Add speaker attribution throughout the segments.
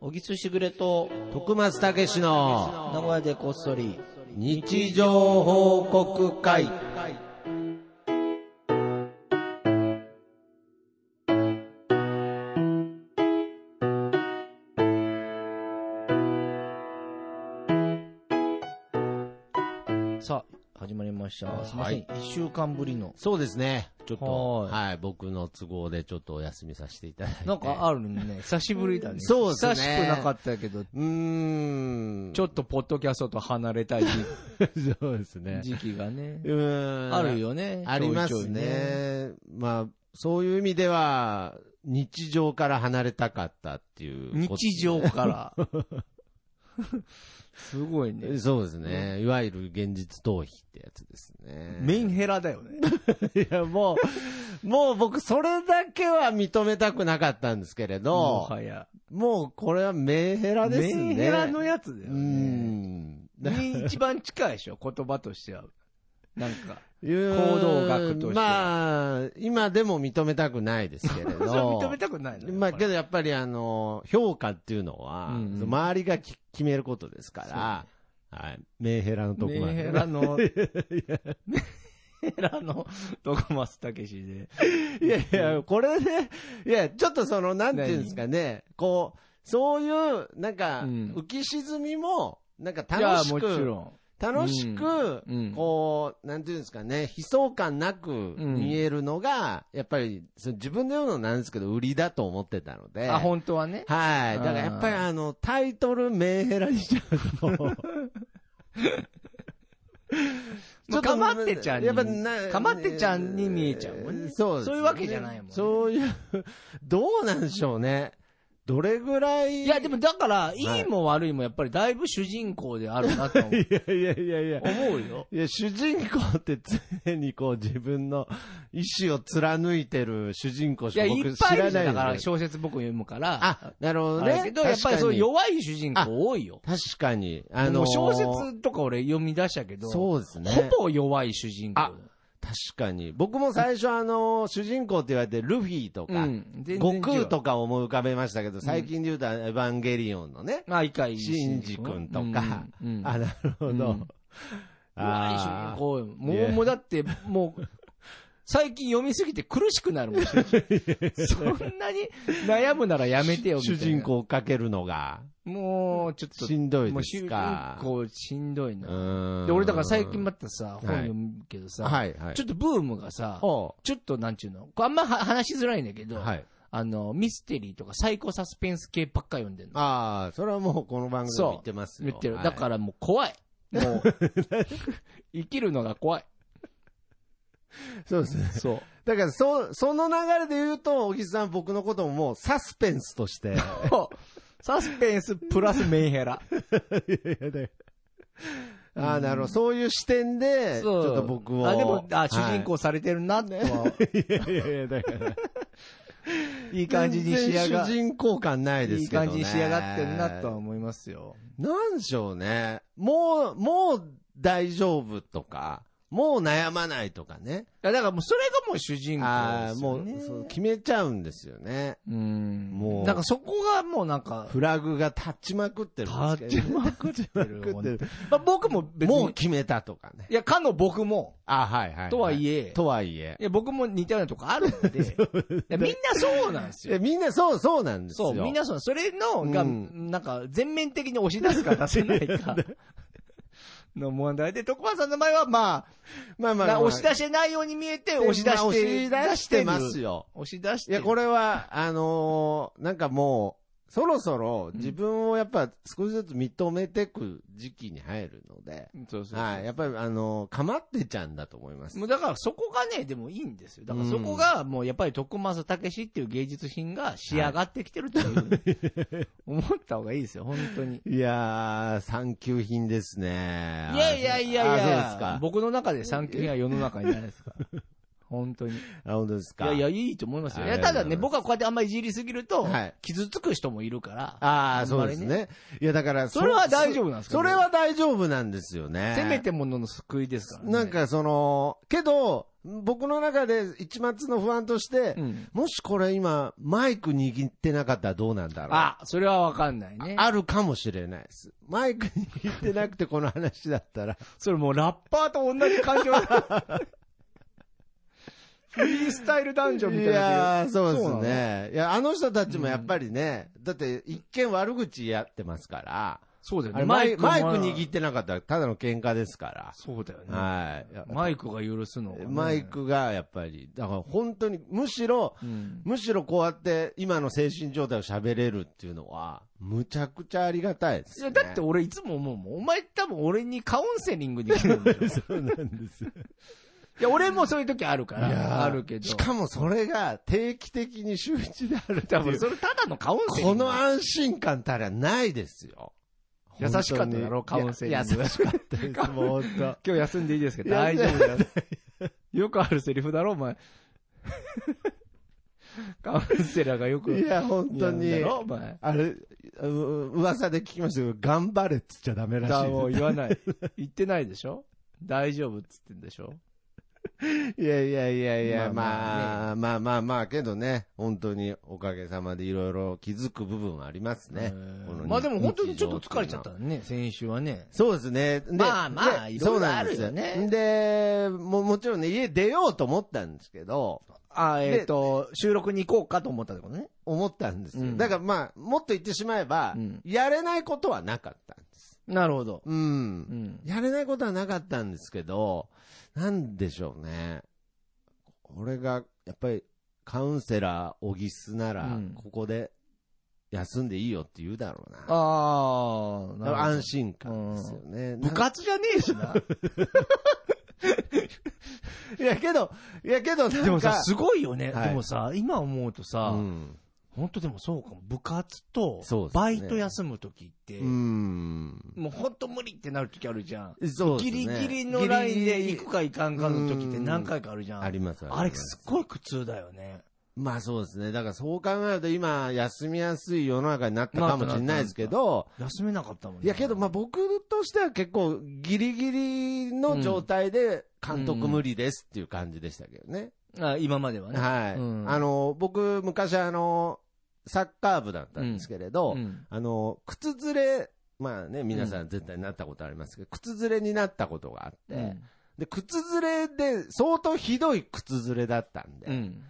Speaker 1: 麦寿司ぐれと、
Speaker 2: 徳松たけしの
Speaker 1: 名古屋でこっそり。
Speaker 2: 日常報告会。
Speaker 1: さあ、始まりました。すいません。
Speaker 2: は
Speaker 1: 一、週間ぶりの。
Speaker 2: そうですね。ちょっと、
Speaker 1: はーい
Speaker 2: はい、僕の都合でちょっとお休みさせていただいて。
Speaker 1: なんかあるね。久しぶりだね。
Speaker 2: そうですね
Speaker 1: 久しくなかったけど、
Speaker 2: うーん。
Speaker 1: ちょっとポッドキャストと離れたい
Speaker 2: と、そうですね。
Speaker 1: 時期がね
Speaker 2: う。ーん。
Speaker 1: ある。よね。
Speaker 2: ありま
Speaker 1: ちょい
Speaker 2: す
Speaker 1: ちょい。
Speaker 2: ね。まあ、そういう意味では、日常から離れたかったっていうこと。
Speaker 1: 日常から。 すごいね。
Speaker 2: そうですね。いわゆる現実逃避ってやつですね。
Speaker 1: メンヘラだよね。
Speaker 2: いや、もう、もう僕、それだけは認めたくなかったんですけれ
Speaker 1: も
Speaker 2: ど、
Speaker 1: はや。
Speaker 2: もうこれはメンヘラですね。
Speaker 1: メンヘラのやつだ
Speaker 2: う
Speaker 1: よ
Speaker 2: ー
Speaker 1: ね。
Speaker 2: ん。
Speaker 1: に一番近いでしょ、言葉としては。なん か。
Speaker 2: 行
Speaker 1: 動学として
Speaker 2: まあ、今でも認めたくないですけれ ど。
Speaker 1: それ認めたくないの
Speaker 2: まあ、け
Speaker 1: ど、
Speaker 2: どやっぱりあの、評価っていうのは、
Speaker 1: うんうん
Speaker 2: 周りがき決めることですから、はい。メンヘラのとこま
Speaker 1: メンヘ
Speaker 2: で。
Speaker 1: ラの、 メンヘラの、徳松たけしで。
Speaker 2: いやいや、これね、いや、ちょっとその、なんていうんですかね、こう、そういう、なんか、
Speaker 1: うん
Speaker 2: 浮き沈みも、なんか
Speaker 1: いや
Speaker 2: 楽し
Speaker 1: もち
Speaker 2: く、
Speaker 1: ろん。
Speaker 2: 楽しく、
Speaker 1: うん
Speaker 2: こう、なんていうんですかね、悲壮感なく
Speaker 1: ん
Speaker 2: 見えるのが、やっぱり、その自分で言うのなんですけど、売りだと思ってたので。
Speaker 1: あ、本当はね。
Speaker 2: はい。だからやっぱりあの、タイトルメンヘラにしちゃうと。
Speaker 1: もうか まってちゃんに
Speaker 2: やっぱな
Speaker 1: かまってちゃんに見えちゃうもんね
Speaker 2: そうです
Speaker 1: そ
Speaker 2: ね
Speaker 1: ういうわけじゃないもんね
Speaker 2: そういう、どうなんでしょうね。どれぐらい。
Speaker 1: いや、でもだから、いいも悪いもやっぱりだいぶ主人公であるなと思う
Speaker 2: いやいやいやいや。
Speaker 1: 思うよ。
Speaker 2: いや、主人公って常にこう自分の意志を貫いてる主人公し
Speaker 1: いや、
Speaker 2: か
Speaker 1: いっ
Speaker 2: 僕知
Speaker 1: ぱいい
Speaker 2: ら
Speaker 1: るじゃ
Speaker 2: な
Speaker 1: ん
Speaker 2: い
Speaker 1: だから
Speaker 2: んよ。
Speaker 1: 小説僕読むから。
Speaker 2: あ、なるほど
Speaker 1: あれだ
Speaker 2: ね
Speaker 1: け。ど、やっぱりそう
Speaker 2: 確かに
Speaker 1: 弱い主人公多いよ。
Speaker 2: 確かに。あ
Speaker 1: あ
Speaker 2: の
Speaker 1: の
Speaker 2: ー
Speaker 1: 小説とか俺読み出したけど、
Speaker 2: そうですね。
Speaker 1: ほぼ弱い主人公だよ。
Speaker 2: 確かに。僕も最初あの、主人公って言われてルフィとか、
Speaker 1: うん全然違う
Speaker 2: 悟空とか思い浮かべましたけど、最近で言うとエヴァンゲリオンのね、
Speaker 1: まあ、いかい
Speaker 2: シンジ君とか、
Speaker 1: うんうん
Speaker 2: あ、なるほど。
Speaker 1: うん
Speaker 2: あ
Speaker 1: こう、も、
Speaker 2: いうや
Speaker 1: もうだって、もう、最近読みすぎて苦しくなるもん。そ んなに悩むならやめてよ、
Speaker 2: あ、
Speaker 1: みたいな。
Speaker 2: 主人。公をかけるのが、
Speaker 1: もう、ちょっと。
Speaker 2: しんどい
Speaker 1: もう
Speaker 2: で
Speaker 1: 主
Speaker 2: す
Speaker 1: 人
Speaker 2: か。
Speaker 1: 公しんどいな。
Speaker 2: うん
Speaker 1: で、俺だから最近またさ、本
Speaker 2: はい
Speaker 1: 読むけどさ、
Speaker 2: はい、はい。
Speaker 1: ちょっとブームがさ、
Speaker 2: と、
Speaker 1: ちょっとなんちゅうの、こうあんまは話しづらいんだけど、
Speaker 2: はい。
Speaker 1: あの、ミステリーとかサイコサスペンス系ばっか読んでるの。
Speaker 2: ああ、それはもうこの番組で言ってますよ。
Speaker 1: 言ってる。
Speaker 2: はい
Speaker 1: だからもう怖い。も う、生きるのが怖い。
Speaker 2: そうですね。
Speaker 1: そう。
Speaker 2: だから、そ、その流れで言うと、小木さん僕のことももうサスペンスとして。
Speaker 1: サスペンスプラスメンヘラ。
Speaker 2: ああ、なるほど。そういう視点で、ちょっと僕を。
Speaker 1: あ、でも、
Speaker 2: は
Speaker 1: あ、
Speaker 2: い
Speaker 1: 主人。 公されてるなって、
Speaker 2: いやいやいや、だから。
Speaker 1: いい感じに仕上が、
Speaker 2: 全然主人公感ないで
Speaker 1: い
Speaker 2: す
Speaker 1: い
Speaker 2: けどね。
Speaker 1: 感じに仕上がってるなとは。思いますよ。
Speaker 2: なんでしょうね。もう、もう大丈夫とか、もう悩まないとかね。
Speaker 1: いやだからもうそれがもう主人公
Speaker 2: あ
Speaker 1: で
Speaker 2: あ、
Speaker 1: す
Speaker 2: も
Speaker 1: よ
Speaker 2: う
Speaker 1: ね。
Speaker 2: そう、決めちゃうんですよね。
Speaker 1: うん。
Speaker 2: もう
Speaker 1: なんかそこがもうなんか、
Speaker 2: フラグが立ちまくってるんですけどね。
Speaker 1: まくって
Speaker 2: る
Speaker 1: 本当にまあ僕も別に、
Speaker 2: もう決めたとかね。
Speaker 1: いや、かの僕も、
Speaker 2: あ、はいはい、
Speaker 1: とはいえ
Speaker 2: とはいえ
Speaker 1: い。や、僕も似たようなとこあるんで、 いやみんなそうなんです
Speaker 2: い
Speaker 1: よ
Speaker 2: や。みんなそう、そうなんです
Speaker 1: そ
Speaker 2: よ。
Speaker 1: う、みんなそう、それのが、
Speaker 2: うん
Speaker 1: なんか、全面的に押し出すか出せない かの問題で、徳川さんの場合は、ま
Speaker 2: まあ
Speaker 1: あ、
Speaker 2: まあ、ま
Speaker 1: な
Speaker 2: あ、
Speaker 1: 押し出してないように見えて、押し出して、
Speaker 2: まあ押し出してます
Speaker 1: る。
Speaker 2: よ。
Speaker 1: 押し出し
Speaker 2: い
Speaker 1: てる。
Speaker 2: や、これは、あのーなんかもう、そろそろ自分をやっぱ少しずつ認めてく時期に入るので、
Speaker 1: そうそうそう
Speaker 2: はい、やっぱりあのーかまってちゃんだと思います
Speaker 1: もう。だからそこがね、でもいいんですよ。だからそこが、もうやっぱり徳松武史っていう芸術品が仕上がってきてるという、思った方がいいですよ、本当に。
Speaker 2: いやー、産休品ですね。
Speaker 1: いやいやいやい
Speaker 2: あそう
Speaker 1: や、
Speaker 2: です か。
Speaker 1: 僕の中で産級は世の中にないですから。本当に。い
Speaker 2: あ、本当ですか。
Speaker 1: やいや、いいと思いますよ。
Speaker 2: あ
Speaker 1: い
Speaker 2: りが
Speaker 1: や、
Speaker 2: とうござ
Speaker 1: た
Speaker 2: います
Speaker 1: だね、僕はこうやってあんまりいじりすぎると
Speaker 2: はい、
Speaker 1: 傷つく人もいるから、
Speaker 2: ああ、
Speaker 1: ん
Speaker 2: そ
Speaker 1: ま
Speaker 2: う
Speaker 1: り
Speaker 2: で
Speaker 1: ね
Speaker 2: すね。いや、だから、
Speaker 1: それは大丈夫なんですか
Speaker 2: それは大丈夫なんですよね。
Speaker 1: せめてものの救いですからね。
Speaker 2: なん、かその、けど、僕の中で一末の不安として
Speaker 1: う、ん。
Speaker 2: もしこれ今、マイク握ってなかったらどうなんだろう。
Speaker 1: あ、それはわかんないね。
Speaker 2: あるかもしれないです。マイク握ってなくてこの話だったら。
Speaker 1: それもうラッパーと同じ環境 フリースタイルダンジョンみたいな。
Speaker 2: やー、そうです
Speaker 1: そうな
Speaker 2: ね。いや、あの人たちもやっぱりね、だって一見悪口やってますから、
Speaker 1: そうだよ
Speaker 2: あ
Speaker 1: ね。
Speaker 2: れマイクマイク
Speaker 1: っ
Speaker 2: 握ってなかったらただの喧嘩ですから。
Speaker 1: そうだよね。
Speaker 2: はいいや。
Speaker 1: マイクが許すのがね
Speaker 2: マイ。クがやっぱり、だから本当に、むしろ、
Speaker 1: うん。
Speaker 2: むしろこうやって今の精神状態を喋れるっていうのは、むちゃくちゃありがたいです、
Speaker 1: い
Speaker 2: ね。
Speaker 1: や、だって俺いつも思うもん。お前多分俺にカウンセリングに来てる んだよ。
Speaker 2: そうなんです。
Speaker 1: いや、俺もそういう時あるから。あるけど。
Speaker 2: しかもそれが定期的に週一であるって
Speaker 1: 多
Speaker 2: い
Speaker 1: 分
Speaker 2: う。
Speaker 1: それただのカウンセリン
Speaker 2: こ
Speaker 1: グ。
Speaker 2: の安心感たらないですよ。
Speaker 1: 優しかっただろ
Speaker 2: 本当に
Speaker 1: カウンセリング
Speaker 2: いや優しかったです。もう本当。
Speaker 1: 今日休んでいいですか
Speaker 2: いや
Speaker 1: 大丈夫だよ。よくあるセリフだろ、お 前。カウンセラーがよく。
Speaker 2: いや、本当に
Speaker 1: や。るんだろ、お前。
Speaker 2: あれ、う噂で聞きましたけど、頑張れっつっちゃダメらし
Speaker 1: だ
Speaker 2: い
Speaker 1: もう
Speaker 2: で
Speaker 1: 言わない。言ってないでしょ大丈夫っつってんでしょ
Speaker 2: す。いやいやいやいや、
Speaker 1: ま
Speaker 2: まあ、まあまあまあ、けどね、本当におかげさまでいろいろ気づく部分はありますね
Speaker 1: え。ー
Speaker 2: この
Speaker 1: まあでも本当にちょっと疲れちゃっ。
Speaker 2: 日常ていうの
Speaker 1: た
Speaker 2: は
Speaker 1: ね、先週はね。
Speaker 2: そうですね。で
Speaker 1: まあまあ
Speaker 2: で
Speaker 1: いろいろあるよね
Speaker 2: そうなんですよで、もうもちろんね、家出ようと思ったんですけど、
Speaker 1: あ、え
Speaker 2: え
Speaker 1: っ、
Speaker 2: ー
Speaker 1: と、収録に行こうかと思ったってことね。
Speaker 2: 思ったんですよ。
Speaker 1: うん
Speaker 2: だからまあ、もっと言ってしまえば、
Speaker 1: うん
Speaker 2: やれないことはなかったんです。
Speaker 1: なるほど。
Speaker 2: う。
Speaker 1: うんん。
Speaker 2: やれないことはなかったんですけど、なんでしょうね。これが、やっぱり、カウンセラー、オギスなら
Speaker 1: うん、
Speaker 2: ここで、休んでいいよって言うだろうな。
Speaker 1: ああ、
Speaker 2: だから
Speaker 1: なる
Speaker 2: 安心感ですよね。
Speaker 1: ほど。部活じゃねえしな。
Speaker 2: いやけど、いやけど、なんか
Speaker 1: でもさ、すごいよね。
Speaker 2: はい
Speaker 1: でもさ、今思うとさ、
Speaker 2: うん。
Speaker 1: 本当でもそうかも。部活と
Speaker 2: そうで、すね
Speaker 1: バイト休むときって、
Speaker 2: うん。
Speaker 1: もう本当無理ってなるときあるじゃん。
Speaker 2: そうで
Speaker 1: ギ
Speaker 2: すね
Speaker 1: リギリのラインで
Speaker 2: ギリギリ
Speaker 1: 行くか行かんかの時って何回かあるじゃん。
Speaker 2: あります
Speaker 1: あれ
Speaker 2: ります
Speaker 1: っごい苦痛だよね。
Speaker 2: まあそうですね。だからそう考えると今、休みやすい世の中になったかもしれないですけど、
Speaker 1: 休めなかったもんね。
Speaker 2: いやけどまあ僕としては結構ギリギリの状態で監督無理ですっていう感じでしたけどね。
Speaker 1: あ、今まではね。
Speaker 2: はい。
Speaker 1: うん
Speaker 2: あの、僕昔あの、サッカー部だったんですけれど、
Speaker 1: うん
Speaker 2: あの、靴ずれ、まあね、皆さん絶対なったことありますけど、靴ずれになったことがあって、で、靴ずれで相当ひどい靴ずれだったんで、
Speaker 1: うん。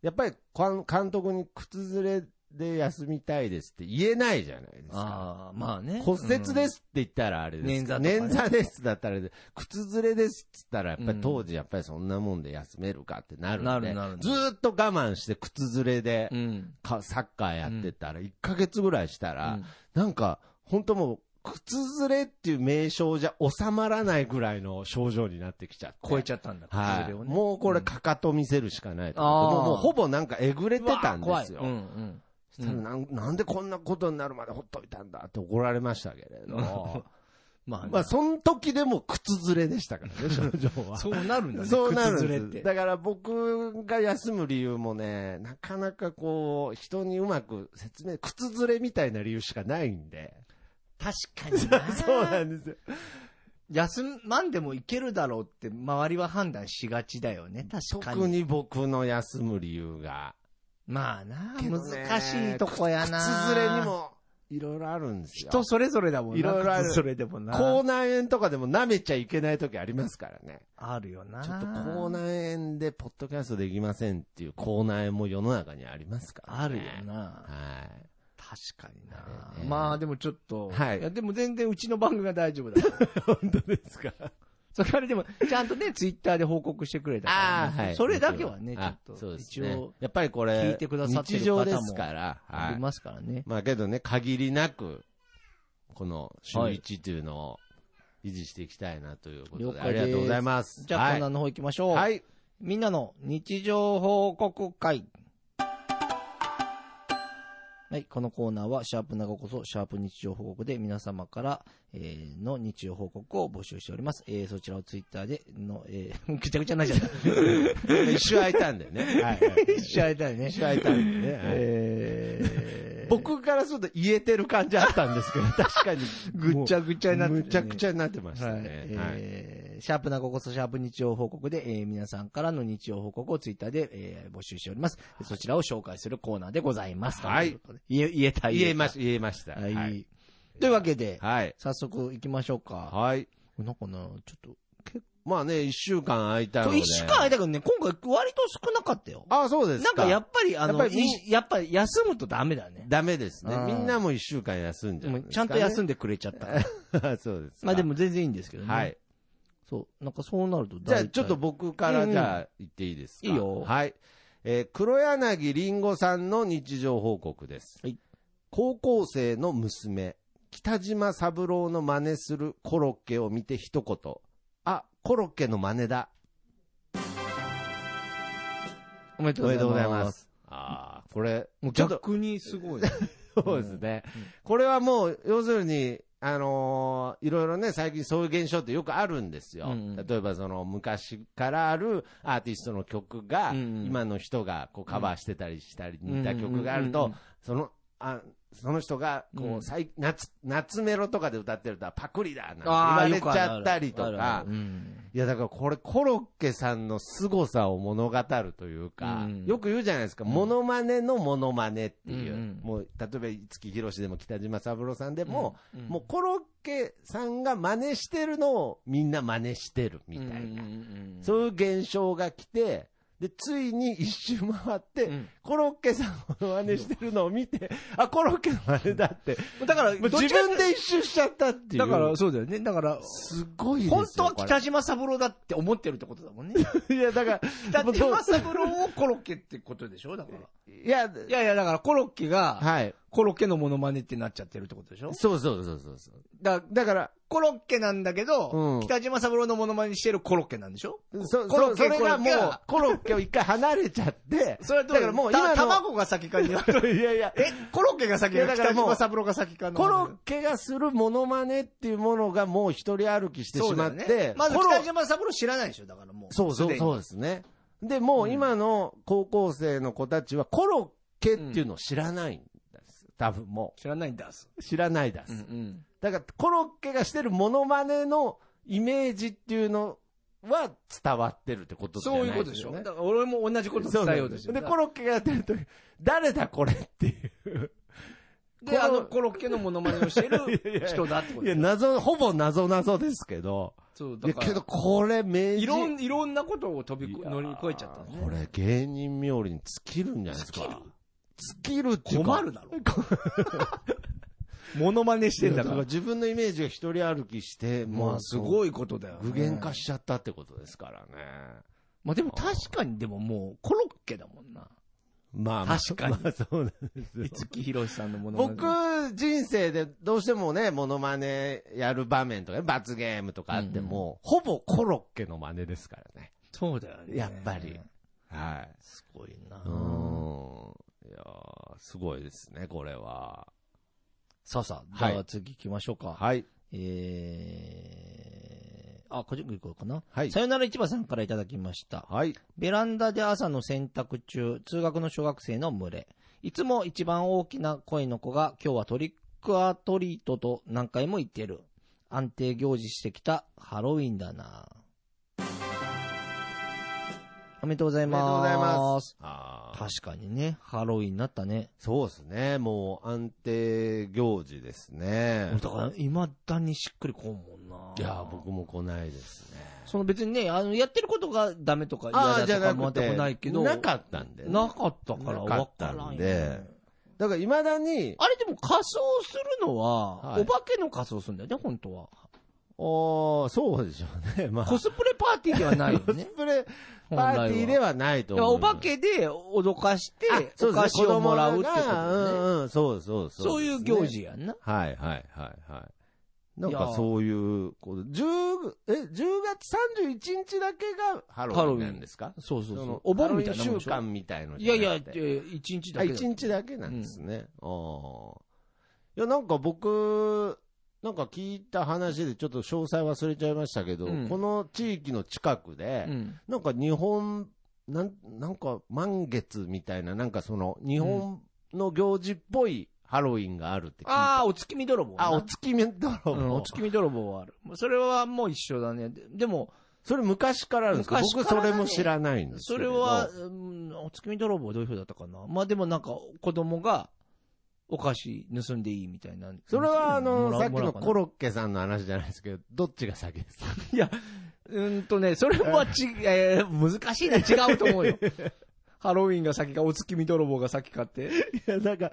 Speaker 2: やっぱりかん監督に靴ずれで休みたいですって言えないじゃないですか。
Speaker 1: ああ、まあね。
Speaker 2: 骨折ですって言ったらあれですか、
Speaker 1: うん捻挫とかね
Speaker 2: 捻挫ですだったらあれで、靴ずれですって言ったら、やっぱ
Speaker 1: うん
Speaker 2: り当時やっぱりそんなもんで休めるかってなるんで、
Speaker 1: なるなる
Speaker 2: ずーっと我慢して靴ずれで
Speaker 1: うん。うん。
Speaker 2: かサッカーやってたら、1ヶ月ぐらいしたら、なんか、本当もう、靴ずれっていう名称じゃ収まらないぐらいの症状になってきちゃって。
Speaker 1: 超えちゃったんだ、
Speaker 2: はい。
Speaker 1: 靴をね
Speaker 2: もうこれ、
Speaker 1: ん
Speaker 2: かかと見せるしかないと
Speaker 1: あー
Speaker 2: もうもうほぼなんかえぐれてたんです
Speaker 1: うわー怖いうん
Speaker 2: よ。
Speaker 1: うん。
Speaker 2: そしたらなんなんでこんなことになるまでほっといたんだって怒られましたけれど。
Speaker 1: まあね、
Speaker 2: まあ、その時でも靴ずれでしたから ね、症状は。
Speaker 1: そうなるんだね。
Speaker 2: そうなる
Speaker 1: 靴ずれっ
Speaker 2: んです。
Speaker 1: て。
Speaker 2: だから僕が休む理由もね、なかなかこう、人にうまく説明、靴ずれみたいな理由しかない んで。
Speaker 1: 確かにな
Speaker 2: そうなんですよ。
Speaker 1: 休まんでもいけるだろうって周りは判断しがちだよね、確かに。
Speaker 2: 特に僕の休む理由が。
Speaker 1: まあな、
Speaker 2: けどね
Speaker 1: 難しいとこやな。
Speaker 2: 靴ずれに。も、いろいろあるんですよ。
Speaker 1: 人それぞれだもんな。
Speaker 2: いろいろある
Speaker 1: 靴それでもな。
Speaker 2: 口内炎とかでも舐めちゃいけない時ありますからね。
Speaker 1: あるよな。
Speaker 2: ちょっと口内炎でポッドキャストできませんっていう口内炎も世の中にありますから
Speaker 1: ある
Speaker 2: ね。
Speaker 1: よな。
Speaker 2: は
Speaker 1: 確かにな
Speaker 2: ある。ね
Speaker 1: まあでもちょっと。
Speaker 2: はい
Speaker 1: やでも全然うちの番組は大丈夫だ。
Speaker 2: い。 本当ですか
Speaker 1: それからでも、ちゃんと ね、ツイッターで報告してくれたから。
Speaker 2: ああ、はい。
Speaker 1: それだけはね、ちょ
Speaker 2: あ
Speaker 1: っと。
Speaker 2: そうです
Speaker 1: 一
Speaker 2: ね
Speaker 1: 応、
Speaker 2: やっぱりこれ、
Speaker 1: 聞いてくださってる方も
Speaker 2: 日常ですから、
Speaker 1: あ
Speaker 2: は
Speaker 1: り
Speaker 2: い。
Speaker 1: ますからね。
Speaker 2: まあけどね、限りなく、この週一というのを維持していきたいなということで、
Speaker 1: 了
Speaker 2: あ
Speaker 1: 解で
Speaker 2: り
Speaker 1: す
Speaker 2: がとうございます。
Speaker 1: じゃあ、
Speaker 2: は
Speaker 1: コー
Speaker 2: い
Speaker 1: ナーの方行きましょう。
Speaker 2: はい。
Speaker 1: みんなの日常報告会。はい、このコーナーは、シャープ長こそ、シャープ日常報告で皆様から、えーの日常報告を募集しております。えーそちらをツイッターで、の、えー ぐちゃぐちゃになっちゃっ た。
Speaker 2: 一周空いたんだよね。はいはい
Speaker 1: 一緒会いたい ね。
Speaker 2: 一周空いたんだよね。はい
Speaker 1: えー、
Speaker 2: 僕からすると言えてる感じあったんですけど、確かに。
Speaker 1: ぐちゃぐちゃになって、
Speaker 2: むちゃくち
Speaker 1: ゃ
Speaker 2: ゃになってました
Speaker 1: はい
Speaker 2: ね。はい
Speaker 1: えーシャープなここそシャープ日曜報告で、えー皆さんからの日曜報告をツイッターで、えー募集しております。そちらを紹介するコーナーでございます。
Speaker 2: はい
Speaker 1: とうことで。言え、言えた
Speaker 2: 言えま
Speaker 1: し
Speaker 2: し、言えました。
Speaker 1: はい。
Speaker 2: はい。
Speaker 1: というわけで、
Speaker 2: はい。
Speaker 1: 早速行きましょうか。
Speaker 2: はい。
Speaker 1: なんかな、ちょっ
Speaker 2: まあね、一週間空いた
Speaker 1: と。
Speaker 2: の
Speaker 1: そう、
Speaker 2: で。
Speaker 1: 一週間空いたけどね、今回割と少なかったよ。
Speaker 2: あ、そうです
Speaker 1: なん
Speaker 2: か。
Speaker 1: かやっぱり、あの、や
Speaker 2: やっ
Speaker 1: っ
Speaker 2: ぱりみん
Speaker 1: やっぱり休むとダメだね。
Speaker 2: ダメですね
Speaker 1: あ。ー
Speaker 2: みんなも一週間休んじゃう
Speaker 1: もうちゃんと休
Speaker 2: ん
Speaker 1: んでくれちゃったから。
Speaker 2: ですかね。 そうですか。
Speaker 1: まあでも全然いいんですけどね。
Speaker 2: はい。
Speaker 1: そう。なんかそうなると大体
Speaker 2: じゃあ、ちょっと僕からじゃあ、言っていいですか。
Speaker 1: いいよ
Speaker 2: はい。えー黒柳りんごさんの日常報告です。
Speaker 1: はい
Speaker 2: 高校生の娘、北島三郎の真似するコロッケを見て一言。あ、コロッケの真似だ。
Speaker 1: おめで。
Speaker 2: おめでとうございますす。ああ、これ、
Speaker 1: もう
Speaker 2: ちょっと
Speaker 1: 逆にすごい。
Speaker 2: そうですね。これはもう、要するに、あのーいろいろね、最近そういう現象ってよくあるんですよ。
Speaker 1: うんうん
Speaker 2: 例えば、その、昔からあるアーティストの曲が、
Speaker 1: うんうん
Speaker 2: 今の人がこうカバーしてたりしたり、似た曲がある
Speaker 1: うん
Speaker 2: と
Speaker 1: うんうんうん、
Speaker 2: その、あその人が、こ
Speaker 1: う
Speaker 2: う、
Speaker 1: ん
Speaker 2: 最夏、夏メロとかで歌ってると、パクリだなんて言
Speaker 1: あ
Speaker 2: わ
Speaker 1: あ、
Speaker 2: れ
Speaker 1: よ
Speaker 2: ち
Speaker 1: くあるあ
Speaker 2: ゃ
Speaker 1: る
Speaker 2: ったりと
Speaker 1: あるあ
Speaker 2: か
Speaker 1: る、うん
Speaker 2: いや、だからこれ、コロッケさんの凄さを物語るというか、
Speaker 1: うん
Speaker 2: よく言うじゃないですか、モノマネのモノマネっていう、
Speaker 1: うんうん
Speaker 2: もう、例えば、五木ひろしでも北島三郎さんでも、
Speaker 1: うん、
Speaker 2: もうコロッケさんが真似してるのをみんな真似してるみたいな、
Speaker 1: うんうんうん
Speaker 2: そういう現象が来て、で、ついに一周回って、
Speaker 1: うん
Speaker 2: コロッケさんを真似してるのを見て、あ、コロッケの真似だって、
Speaker 1: だから、
Speaker 2: もう自分で一周しちゃったってい
Speaker 1: だ
Speaker 2: う。
Speaker 1: から、、そうだよね。だから、
Speaker 2: すごいですよ
Speaker 1: 本当は
Speaker 2: これ
Speaker 1: 北島三郎だって思ってるってことだも んね。
Speaker 2: いや、だから、
Speaker 1: 北島三郎をコロッケってことでしょだから。
Speaker 2: いや、
Speaker 1: いやいや、だからコロッケが、
Speaker 2: はい。
Speaker 1: コロッケのモノマネってなっちゃってるってことでしょ
Speaker 2: そうそうそうそうそう。
Speaker 1: だだから、コロッケなんだけど、
Speaker 2: うん
Speaker 1: 北島三郎のモノマネしてるコロッケなんでしょ
Speaker 2: そ
Speaker 1: コロッケ
Speaker 2: そそれが
Speaker 1: コロッ
Speaker 2: も
Speaker 1: ケ
Speaker 2: う
Speaker 1: が、
Speaker 2: コロッケを一回離れちゃって、
Speaker 1: それはどう
Speaker 2: だからもう
Speaker 1: た
Speaker 2: 今の
Speaker 1: 卵が先かに
Speaker 2: いやいや、
Speaker 1: え、コロッケが先
Speaker 2: いや
Speaker 1: か
Speaker 2: だから
Speaker 1: 北
Speaker 2: もう
Speaker 1: 島三郎が先かの
Speaker 2: コロッケがするモノマネっていうものがもう一人歩きしてしまっ
Speaker 1: そうだよ
Speaker 2: て
Speaker 1: ね、まず
Speaker 2: コロ
Speaker 1: 北島三郎知らないでしょだからもう。
Speaker 2: そうそう
Speaker 1: でに
Speaker 2: そうですね。で、もう今の高校生の子たちはコロッケっていうのを知らないんです。多分も
Speaker 1: 知らないんだっす。
Speaker 2: う。知らないだす。
Speaker 1: ん
Speaker 2: だからコロッケがしてるモノマネのイメージっていうのは伝わってるってことじゃな
Speaker 1: そ
Speaker 2: いう
Speaker 1: い
Speaker 2: で
Speaker 1: う
Speaker 2: す
Speaker 1: こ
Speaker 2: よ
Speaker 1: とでしょ
Speaker 2: ね
Speaker 1: だから俺も同じこと伝えようとして
Speaker 2: そう
Speaker 1: る
Speaker 2: なんですで、コロッケがやってるとき、誰だこれっていう。
Speaker 1: で、
Speaker 2: コロ
Speaker 1: あの、コロッケのモノマネをして
Speaker 2: いやい
Speaker 1: る
Speaker 2: や
Speaker 1: 人だってこと
Speaker 2: いや、謎、ほぼ謎謎ですけど。
Speaker 1: そう、
Speaker 2: い
Speaker 1: だ
Speaker 2: や、
Speaker 1: か
Speaker 2: けど
Speaker 1: ら、
Speaker 2: これ名人。
Speaker 1: いろん、いろんなことを飛びこ乗り越えちゃったの
Speaker 2: こ
Speaker 1: ね。
Speaker 2: れ芸人冥利に尽きるんじゃないですか。
Speaker 1: 尽きる
Speaker 2: 尽きるっていうか。
Speaker 1: 困るだろ。モノマネし
Speaker 2: してて
Speaker 1: ん
Speaker 2: ん
Speaker 1: だ
Speaker 2: だ
Speaker 1: か
Speaker 2: からら。。 自分のイメージが一人歩きして、
Speaker 1: ま
Speaker 2: も
Speaker 1: あ、
Speaker 2: う
Speaker 1: す
Speaker 2: す
Speaker 1: ご
Speaker 2: ごい
Speaker 1: いことだよ、ね。
Speaker 2: 具現化しちゃったってことですからね。
Speaker 1: まあでも確かに、でももう、コロッケだもんな。
Speaker 2: まあまあ、
Speaker 1: 確かに
Speaker 2: まあそうなんですよ。
Speaker 1: 五木ひろしさんのもの
Speaker 2: 僕、人生でどうしてもね、モノマネやる場面とかね、罰ゲームとかあっても、ほぼコロッケの真似ですからね。
Speaker 1: そうだよね。
Speaker 2: やっぱり。はい。
Speaker 1: すごいな
Speaker 2: うーん。いやーすごいですね、これは。
Speaker 1: さあさあ、
Speaker 2: はい
Speaker 1: じゃあ次行きましょうか。
Speaker 2: はい。
Speaker 1: えー、あ、こっち行こうかな。
Speaker 2: はい
Speaker 1: さよなら市場さんからいただきました。
Speaker 2: はい。
Speaker 1: ベランダで朝の洗濯中、通学の小学生の群れ。いつも一番大きな声の子が、今日はトリックアトリートと何回も言ってる。安定行事してきたハロウィンだなおめでとうござい
Speaker 2: ありがとう
Speaker 1: ま
Speaker 2: ご
Speaker 1: す。
Speaker 2: ざいます。あー
Speaker 1: 確かにね、ハロウィンになったね。
Speaker 2: そうですね、もう安定行事ですね。
Speaker 1: だから、未だにしっくりこんもんな。
Speaker 2: いやー、僕も来ないですね。
Speaker 1: その別にね、あの、やってることがダメとか
Speaker 2: ああ、
Speaker 1: 嫌
Speaker 2: じゃ
Speaker 1: だと
Speaker 2: な
Speaker 1: か
Speaker 2: く
Speaker 1: 全
Speaker 2: て、
Speaker 1: くないけど、
Speaker 2: なかったんで、ね。
Speaker 1: なかったから
Speaker 2: なか
Speaker 1: わ
Speaker 2: っ
Speaker 1: か
Speaker 2: た
Speaker 1: らん
Speaker 2: ん
Speaker 1: よ
Speaker 2: で
Speaker 1: ね。
Speaker 2: だから未だに、
Speaker 1: あれでも仮装するのは、
Speaker 2: はい
Speaker 1: お化けの仮装するんだよね、本当は。
Speaker 2: おー、そうでしょうね。まあ、
Speaker 1: コスプレパーティーではないよ
Speaker 2: コス
Speaker 1: ね。
Speaker 2: プレパ
Speaker 1: 本来は
Speaker 2: ーティーではないと
Speaker 1: だか
Speaker 2: 思
Speaker 1: らお
Speaker 2: う。
Speaker 1: 化けで脅かして
Speaker 2: あ、そ
Speaker 1: お
Speaker 2: うで
Speaker 1: 菓
Speaker 2: すね
Speaker 1: 子をもらうってこと
Speaker 2: 子供が
Speaker 1: だ
Speaker 2: う
Speaker 1: ね。
Speaker 2: んうん、そうそうそう。
Speaker 1: そういう行。事やんな。
Speaker 2: はいはいはいはい。なん
Speaker 1: いや
Speaker 2: か
Speaker 1: ー
Speaker 2: そういう、こう10、え、10月31日だけがハロウィンなんですか
Speaker 1: そうそう
Speaker 2: そ
Speaker 1: そう
Speaker 2: の。
Speaker 1: お盆みたいな
Speaker 2: ハ
Speaker 1: もん
Speaker 2: ロウィン
Speaker 1: でし
Speaker 2: 週
Speaker 1: ょ
Speaker 2: 間みたいの
Speaker 1: い
Speaker 2: じゃ
Speaker 1: や
Speaker 2: なく
Speaker 1: い
Speaker 2: て。
Speaker 1: や、え一日だ
Speaker 2: あ
Speaker 1: けだ。
Speaker 2: 一日だけなんですね。あーいや、なんか僕、なんか聞いた話でちょっと詳細忘れちゃいましたけど、
Speaker 1: うん
Speaker 2: この地域の近くで、
Speaker 1: うん。
Speaker 2: なんか日本、なん、なんか満月みたいな、なんかその日本の行事っぽいハロウィンがあるって聞いた。
Speaker 1: ああ、お月見泥棒な。
Speaker 2: あ、お月見だろう、
Speaker 1: うんお月見泥棒はある。それはもう一緒だね。ででも、
Speaker 2: それ昔からあるんですか
Speaker 1: 昔から
Speaker 2: 僕
Speaker 1: ね
Speaker 2: それも知らないんです
Speaker 1: そ
Speaker 2: け
Speaker 1: れ
Speaker 2: ど。
Speaker 1: は、うんお月見泥棒はどういう風だったかな。まあでもなんか、子供が、お菓子盗んでいいみたいな。
Speaker 2: それはあ
Speaker 1: も
Speaker 2: の、
Speaker 1: ら
Speaker 2: さっき
Speaker 1: もらう
Speaker 2: の
Speaker 1: かな
Speaker 2: コロッケさんの話じゃないですけど、どっちが先ですか
Speaker 1: いや、うーんとね、それは ち、えー難しいな、違うと思うよ。 ハロウィンが先か、お月見泥棒が先かって、
Speaker 2: いや、なんか、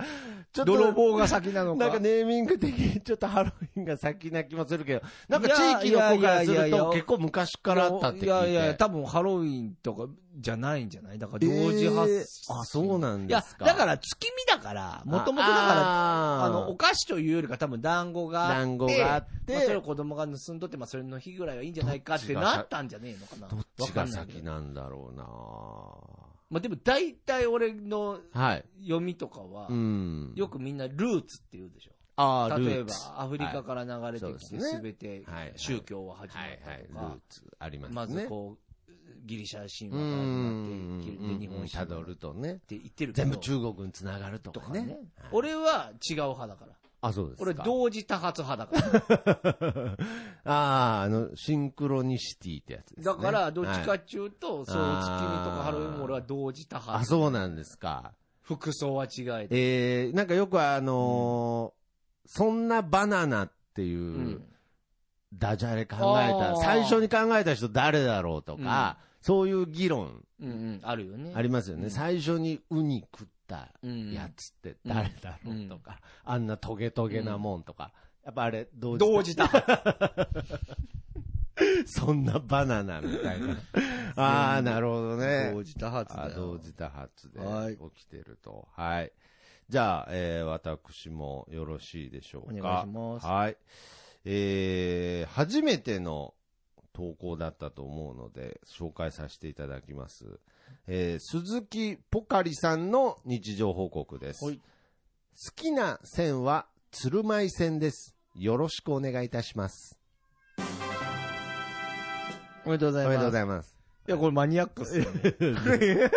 Speaker 2: ちょっと、
Speaker 1: 泥棒が先なのか。
Speaker 2: なんかネーミング的にちょっとハロウィンが先な気もするけど、なんか地域の子から
Speaker 1: いやいや
Speaker 2: す
Speaker 1: い
Speaker 2: る
Speaker 1: やいや
Speaker 2: と結構昔からあったって聞いて。
Speaker 1: いやいやいや、多分ハロウィンとかじゃないんじゃないだから同時発
Speaker 2: えーあ、そうなん
Speaker 1: い
Speaker 2: で
Speaker 1: や
Speaker 2: す、か。
Speaker 1: だから月見だから、もともとだから、
Speaker 2: ら
Speaker 1: あの、お菓子というよりか多分団子があって、
Speaker 2: 団子があっ
Speaker 1: まあそれ
Speaker 2: て
Speaker 1: を、子供が盗んどって、まあ、それの日ぐらいがいいんじゃないかってなったんじゃねえのかな。
Speaker 2: どっ
Speaker 1: わ
Speaker 2: ち
Speaker 1: か
Speaker 2: が
Speaker 1: んないけ
Speaker 2: 先
Speaker 1: ど。
Speaker 2: なんだろうな
Speaker 1: まあ、でも大体俺の
Speaker 2: はい。
Speaker 1: 読みとかは、
Speaker 2: うん。
Speaker 1: よくみんなルーツって言うでしょ。
Speaker 2: あー
Speaker 1: 例え
Speaker 2: ルー
Speaker 1: ば
Speaker 2: ツ、
Speaker 1: アフリカから流れてきて、
Speaker 2: はいそ
Speaker 1: す
Speaker 2: う
Speaker 1: べて
Speaker 2: はいはい
Speaker 1: 宗教は始ま
Speaker 2: は
Speaker 1: っ
Speaker 2: いはい
Speaker 1: た、
Speaker 2: ル
Speaker 1: と
Speaker 2: ー
Speaker 1: か、
Speaker 2: ツありま
Speaker 1: ます
Speaker 2: ね。
Speaker 1: ずこう、ギリシャ神
Speaker 2: う
Speaker 1: 話から始ま
Speaker 2: ん、
Speaker 1: って、で日本
Speaker 2: た
Speaker 1: 神
Speaker 2: ど
Speaker 1: 話っ
Speaker 2: るとね。
Speaker 1: て言ってるけど
Speaker 2: 全部中国につながると
Speaker 1: と
Speaker 2: か
Speaker 1: か
Speaker 2: ね
Speaker 1: ね。
Speaker 2: はい
Speaker 1: 俺は違う派だから。
Speaker 2: あ、そうですか。
Speaker 1: 俺同時多発派 だから。
Speaker 2: ああ、あの、シンクロニシティってやつですね。
Speaker 1: だから、どっちか
Speaker 2: はい
Speaker 1: っちゅうと、そういう月見とかハロウィンも俺は同時多
Speaker 2: あ、
Speaker 1: 発。
Speaker 2: そうなんですか。
Speaker 1: 服装は違えて。
Speaker 2: えー、なんかよくあのーそんなバナナっていう、
Speaker 1: うん
Speaker 2: ダジャレ考え
Speaker 1: あ
Speaker 2: た、
Speaker 1: ー
Speaker 2: 最初に考えた人誰だろうとか、そういう議論
Speaker 1: うんうん、あるよね。
Speaker 2: ありますよね。
Speaker 1: うん
Speaker 2: 最初にウニ食った
Speaker 1: うん
Speaker 2: やつって誰だろうとか、あんなトゲトゲなもんとか、やっぱあれ、同時
Speaker 1: 同時多発。
Speaker 2: そんなバナナ みたいな。ああ、なるほどね。
Speaker 1: 同時多発だ
Speaker 2: あ
Speaker 1: よ。
Speaker 2: 同時多発で
Speaker 1: はい
Speaker 2: 起きてると。はい。じゃあ、えー私もよろしいでしょう
Speaker 1: お
Speaker 2: か。
Speaker 1: 願いします
Speaker 2: はい。えー初めての投稿だったと思うので、紹介させていただきます。えー鈴木ポカリさんの日常報告です。
Speaker 1: はい
Speaker 2: 好きな線は鶴舞線です。よろしくお願いいたします。
Speaker 1: おめでとうござ
Speaker 2: お
Speaker 1: い
Speaker 2: め
Speaker 1: ます。
Speaker 2: でとうご
Speaker 1: い
Speaker 2: ざいます。
Speaker 1: や、これマニアックっすよね。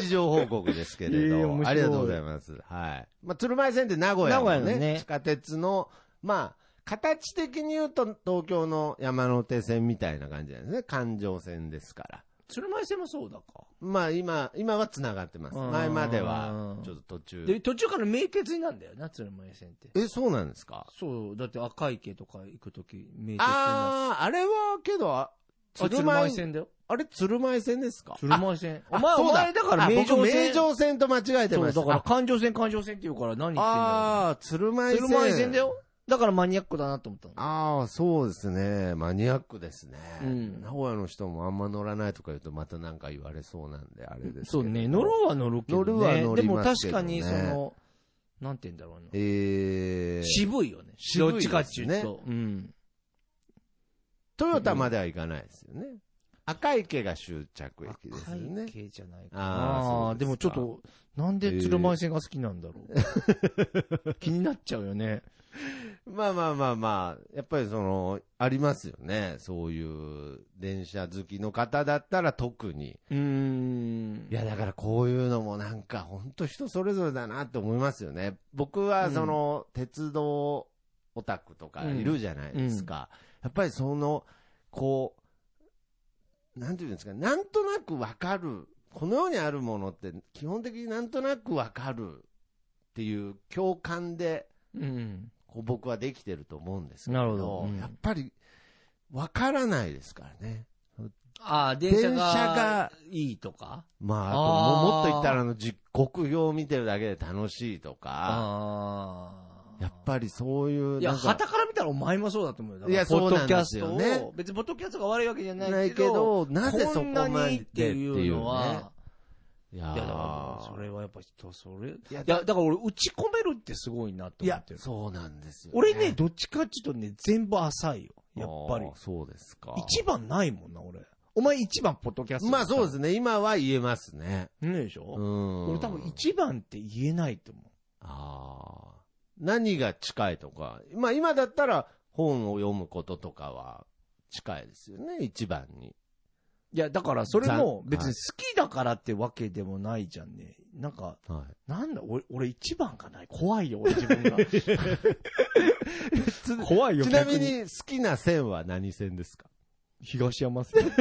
Speaker 2: 日常報告ですけれ
Speaker 1: ええ
Speaker 2: ど、
Speaker 1: 面白い
Speaker 2: ありがとうございます。はい。まあ、鶴舞線って名古屋のね
Speaker 1: 名古屋のね
Speaker 2: 地下鉄の、まあ、形的に言うと東京の山手線みたいな感じなんですね。環状線ですから。
Speaker 1: 鶴舞線もそうだか。
Speaker 2: まあ今、今は繋がってます。
Speaker 1: うん
Speaker 2: 前までは、ちょっと途
Speaker 1: で、
Speaker 2: 中。
Speaker 1: 途中から名鉄になんだよな、鶴舞線って。
Speaker 2: え、そうなんですか
Speaker 1: そう、だって赤池とか行くとき、名鉄になっ
Speaker 2: ああ、あれはけど、あ
Speaker 1: てあ鶴
Speaker 2: 鶴
Speaker 1: 舞
Speaker 2: 舞、
Speaker 1: 線だよ。
Speaker 2: あれ鶴舞線ですか
Speaker 1: 鶴舞線。
Speaker 2: あ
Speaker 1: お前、
Speaker 2: そ
Speaker 1: お
Speaker 2: う
Speaker 1: 前だから
Speaker 2: あ
Speaker 1: 名城
Speaker 2: 僕
Speaker 1: 線。
Speaker 2: 名城線と間違えて
Speaker 1: そ
Speaker 2: ま
Speaker 1: う、
Speaker 2: した。
Speaker 1: だから環状線、環状線って言うから何言ってんだよ。
Speaker 2: ああー、鶴舞線。
Speaker 1: 鶴舞線だよ。だからマニアックだなと思ったの。
Speaker 2: ああ、そうですね。マニアックですね。
Speaker 1: うん
Speaker 2: 名古屋の人もあんま乗らないとか言うとまたなんか言われそうなんで、あれですけど。
Speaker 1: そうね、乗ろうは乗るけどね。
Speaker 2: 乗るは乗り
Speaker 1: でも
Speaker 2: ます
Speaker 1: 確
Speaker 2: けど
Speaker 1: か
Speaker 2: ね
Speaker 1: に、その、なんて言うんだろうな。
Speaker 2: えー、
Speaker 1: 渋いよね。
Speaker 2: 渋
Speaker 1: ど
Speaker 2: いで
Speaker 1: っ
Speaker 2: す
Speaker 1: ち
Speaker 2: ね
Speaker 1: かっていうと。うん。
Speaker 2: トヨタまでは行かないですよね。赤池が終着駅です
Speaker 1: 赤
Speaker 2: よね
Speaker 1: い。系じゃないか
Speaker 2: あー
Speaker 1: な。
Speaker 2: そ
Speaker 1: あ
Speaker 2: う
Speaker 1: ー
Speaker 2: で
Speaker 1: です
Speaker 2: か
Speaker 1: もちょっと、なんで鶴舞線が好きなんだろう。 気になっちゃうよね。
Speaker 2: まあまあまあまあ、やっぱりその、ありますよね。そういう電車好きの方だったら特に。
Speaker 1: うーん。
Speaker 2: いや、だからこういうのもなんか本当人それぞれだなって思いますよね。僕はその、鉄道オタクとかいるじゃないですか。やっぱりその、こう、なんていうんですか、なんとなくわかる。この世にあるものって基本的になんとなくわかるっていう共感で
Speaker 1: うん。
Speaker 2: こう僕はできてると思うんですけど、
Speaker 1: なるほどうん
Speaker 2: やっぱりわからないですからね。
Speaker 1: ああ、電車
Speaker 2: 電車が
Speaker 1: が、いいとか
Speaker 2: ま
Speaker 1: あ
Speaker 2: あ、
Speaker 1: ー
Speaker 2: あとももっと言ったらあの、時刻表を見てるだけで楽しいとか、
Speaker 1: ああ。
Speaker 2: やっぱりそういう、
Speaker 1: いや、
Speaker 2: なんか
Speaker 1: 旗から見たらお前もそうだと思うよ。だから
Speaker 2: いやそうなんですよね
Speaker 1: ポッドキャストを別にポッドキャストが悪いわけじゃない
Speaker 2: ない
Speaker 1: け
Speaker 2: け
Speaker 1: ど、
Speaker 2: ど、なぜそこまで
Speaker 1: こんなにっていうのは、
Speaker 2: いや
Speaker 1: いや、だから、そ
Speaker 2: ー
Speaker 1: れはやっぱ人、それ、い
Speaker 2: いや
Speaker 1: や、だから俺、打ち込めるってすごいなって
Speaker 2: い
Speaker 1: 思
Speaker 2: や
Speaker 1: って、る。
Speaker 2: そうなんですよ、
Speaker 1: 俺ね、、どっちかっていうとね、全部浅いよ。やっぱり
Speaker 2: あー。そうですか。
Speaker 1: 一番ないもんな、俺。お前一番、ポッドキャスト。。
Speaker 2: まあそうですすね、今は言えますね。
Speaker 1: ねえでし
Speaker 2: う
Speaker 1: ょ、
Speaker 2: ん。
Speaker 1: 俺多分一番って言えないと思う。
Speaker 2: ああ。何が近いとか。まあ今だったら本を読むこととかは近いですよね、一番に。
Speaker 1: いや、だからそれも
Speaker 2: ざん
Speaker 1: 別に好きだからってわけでもないじゃんね。なんか、
Speaker 2: は
Speaker 1: なんだ、俺、俺一番かない怖いよ、俺自分が。怖い
Speaker 2: い。
Speaker 1: よ、
Speaker 2: ちなみ
Speaker 1: 逆。
Speaker 2: に好きな線は何線ですか
Speaker 1: 東山さん。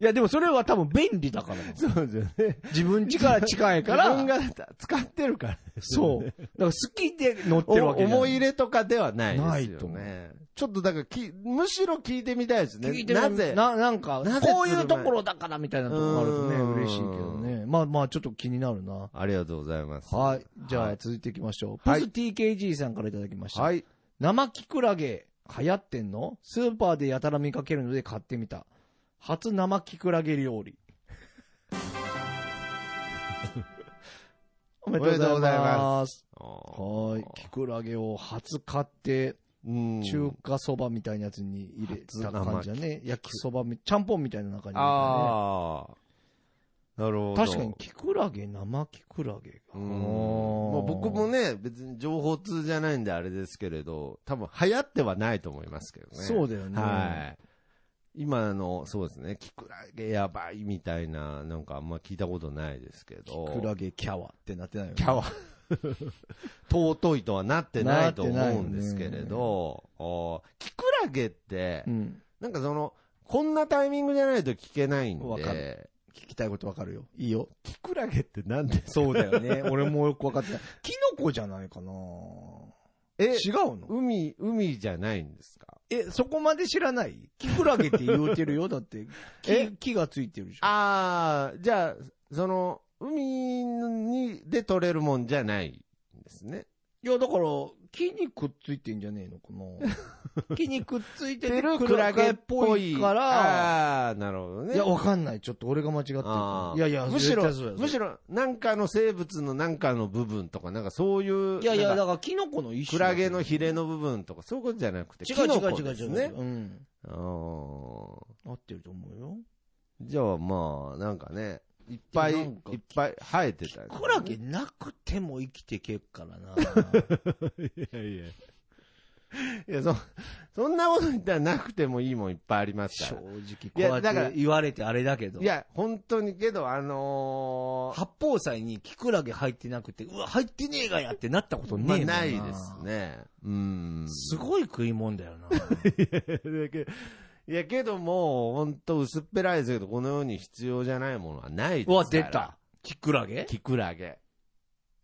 Speaker 1: いや、でもそれは多分便利だからな。
Speaker 2: そうですよね。
Speaker 1: 自分家から近いか
Speaker 2: 自分
Speaker 1: ら、
Speaker 2: が使ってるからです
Speaker 1: そ
Speaker 2: よ
Speaker 1: う。
Speaker 2: ね。
Speaker 1: だから好きで乗ってる
Speaker 2: お
Speaker 1: わけじゃない
Speaker 2: 思い入れとかではないですよ
Speaker 1: な
Speaker 2: ね。ちょっとだからき、むしろ聞いてみたいですね。
Speaker 1: 聞いてる
Speaker 2: なぜ
Speaker 1: ななんか
Speaker 2: なぜ
Speaker 1: こういうところだからみたいなところあるとね、
Speaker 2: うん
Speaker 1: 嬉しいけどね。まあまあ、ちょっと気になるな。
Speaker 2: ありがとうございます。
Speaker 1: はい。じゃ
Speaker 2: は
Speaker 1: あ、
Speaker 2: い
Speaker 1: 続いていきましょう。ポ
Speaker 2: はい
Speaker 1: ス TKG さんからいただきました。
Speaker 2: はい。
Speaker 1: 生キクラゲ、流行ってんのスーパーでやたら見かけるので買ってみた。初生キクラゲ料理。 おめでとうございます。はい。キクラゲを初買って、
Speaker 2: うん
Speaker 1: 中華そばみたいなやつに入れた感じだね。焼きそばみ、ちゃんぽんみたいな中に入
Speaker 2: ああ。なるほど。
Speaker 1: れたね。確かに、キクラゲ、生キクラゲ
Speaker 2: う
Speaker 1: が。
Speaker 2: ん。
Speaker 1: おー
Speaker 2: まあ僕もね、別に情報通じゃないんであれですけれど、多分流行ってはないと思いますけどね。
Speaker 1: そうだよね。
Speaker 2: はい。今の、そうですね、キクラゲやばいみたいな、なんかあんま聞いたことないですけど。
Speaker 1: キクラゲキャワってなってないよね。
Speaker 2: キャワ。 尊いとはなってないと思うんですけれど、おキクラゲって
Speaker 1: う、ん。
Speaker 2: なんかその、こんなタイミングじゃないと聞けないん
Speaker 1: わか
Speaker 2: で、
Speaker 1: 聞きたいことわかるよ。いいよ。
Speaker 2: キクラゲってなんで
Speaker 1: そうだよね。 俺もよくわかってない。キノコじゃないかな
Speaker 2: え、
Speaker 1: 違うの
Speaker 2: 海、海じゃないんですか
Speaker 1: え、そこまで知らないキクラゲって言うてるよ。だ って、木
Speaker 2: え
Speaker 1: 木がついてるじゃん。
Speaker 2: ああ、じゃあ、その、海に、で取れるもんじゃないんですね。
Speaker 1: いや、だから、木にくっついてんじゃねえのか な木にくっついてるク
Speaker 2: ク
Speaker 1: ラ
Speaker 2: ラ
Speaker 1: ゲ
Speaker 2: ゲ
Speaker 1: っ
Speaker 2: っ
Speaker 1: ぽ
Speaker 2: ぽ
Speaker 1: い
Speaker 2: い。
Speaker 1: から、
Speaker 2: ああー、なるほどね。
Speaker 1: いや、わかんない。ちょっと俺が間違ってる
Speaker 2: あ。ー
Speaker 1: いやいや、
Speaker 2: むしろ
Speaker 1: 絶対そうだ、よ
Speaker 2: むしろ、なんかの生物のなんかの部分とか、なんかそういう、
Speaker 1: いやいや、
Speaker 2: なん
Speaker 1: だ
Speaker 2: か
Speaker 1: からキノコの一
Speaker 2: ク
Speaker 1: 種。
Speaker 2: ラゲのヒレの部分とか、そういうことじゃなくて、
Speaker 1: 違
Speaker 2: キ
Speaker 1: う
Speaker 2: ノ
Speaker 1: 違う
Speaker 2: コ
Speaker 1: 違う
Speaker 2: で
Speaker 1: 違
Speaker 2: す
Speaker 1: う。
Speaker 2: ね。
Speaker 1: うん。
Speaker 2: あー
Speaker 1: 合ってると思うよ。
Speaker 2: じゃあまあ、なんかね、いっぱい、
Speaker 1: でも
Speaker 2: い
Speaker 1: なんか
Speaker 2: っぱい生えてたり
Speaker 1: キ
Speaker 2: と
Speaker 1: ク
Speaker 2: か
Speaker 1: ラゲ
Speaker 2: ね
Speaker 1: なくても生きてけっからな。
Speaker 2: いやいや。いや、そ、そんなこと言ったらなくてもいいもんいっぱいあります
Speaker 1: 正
Speaker 2: か
Speaker 1: 直
Speaker 2: ら。、
Speaker 1: こうやっ
Speaker 2: いやだから
Speaker 1: て言われてあれだけど。
Speaker 2: いや、本当にけど、あのー
Speaker 1: 八宝菜にキクラゲ入ってなくて、うわ、入ってねえがやってなったことねえ
Speaker 2: まあ
Speaker 1: もんな
Speaker 2: ないです。ね。うん。
Speaker 1: すごい食い物だよな。
Speaker 2: だけいや、けどもう、本当薄っぺらいですけど、この世に必要じゃないものはないです
Speaker 1: う
Speaker 2: から。
Speaker 1: わ、出た。キクラゲ
Speaker 2: キクラゲ。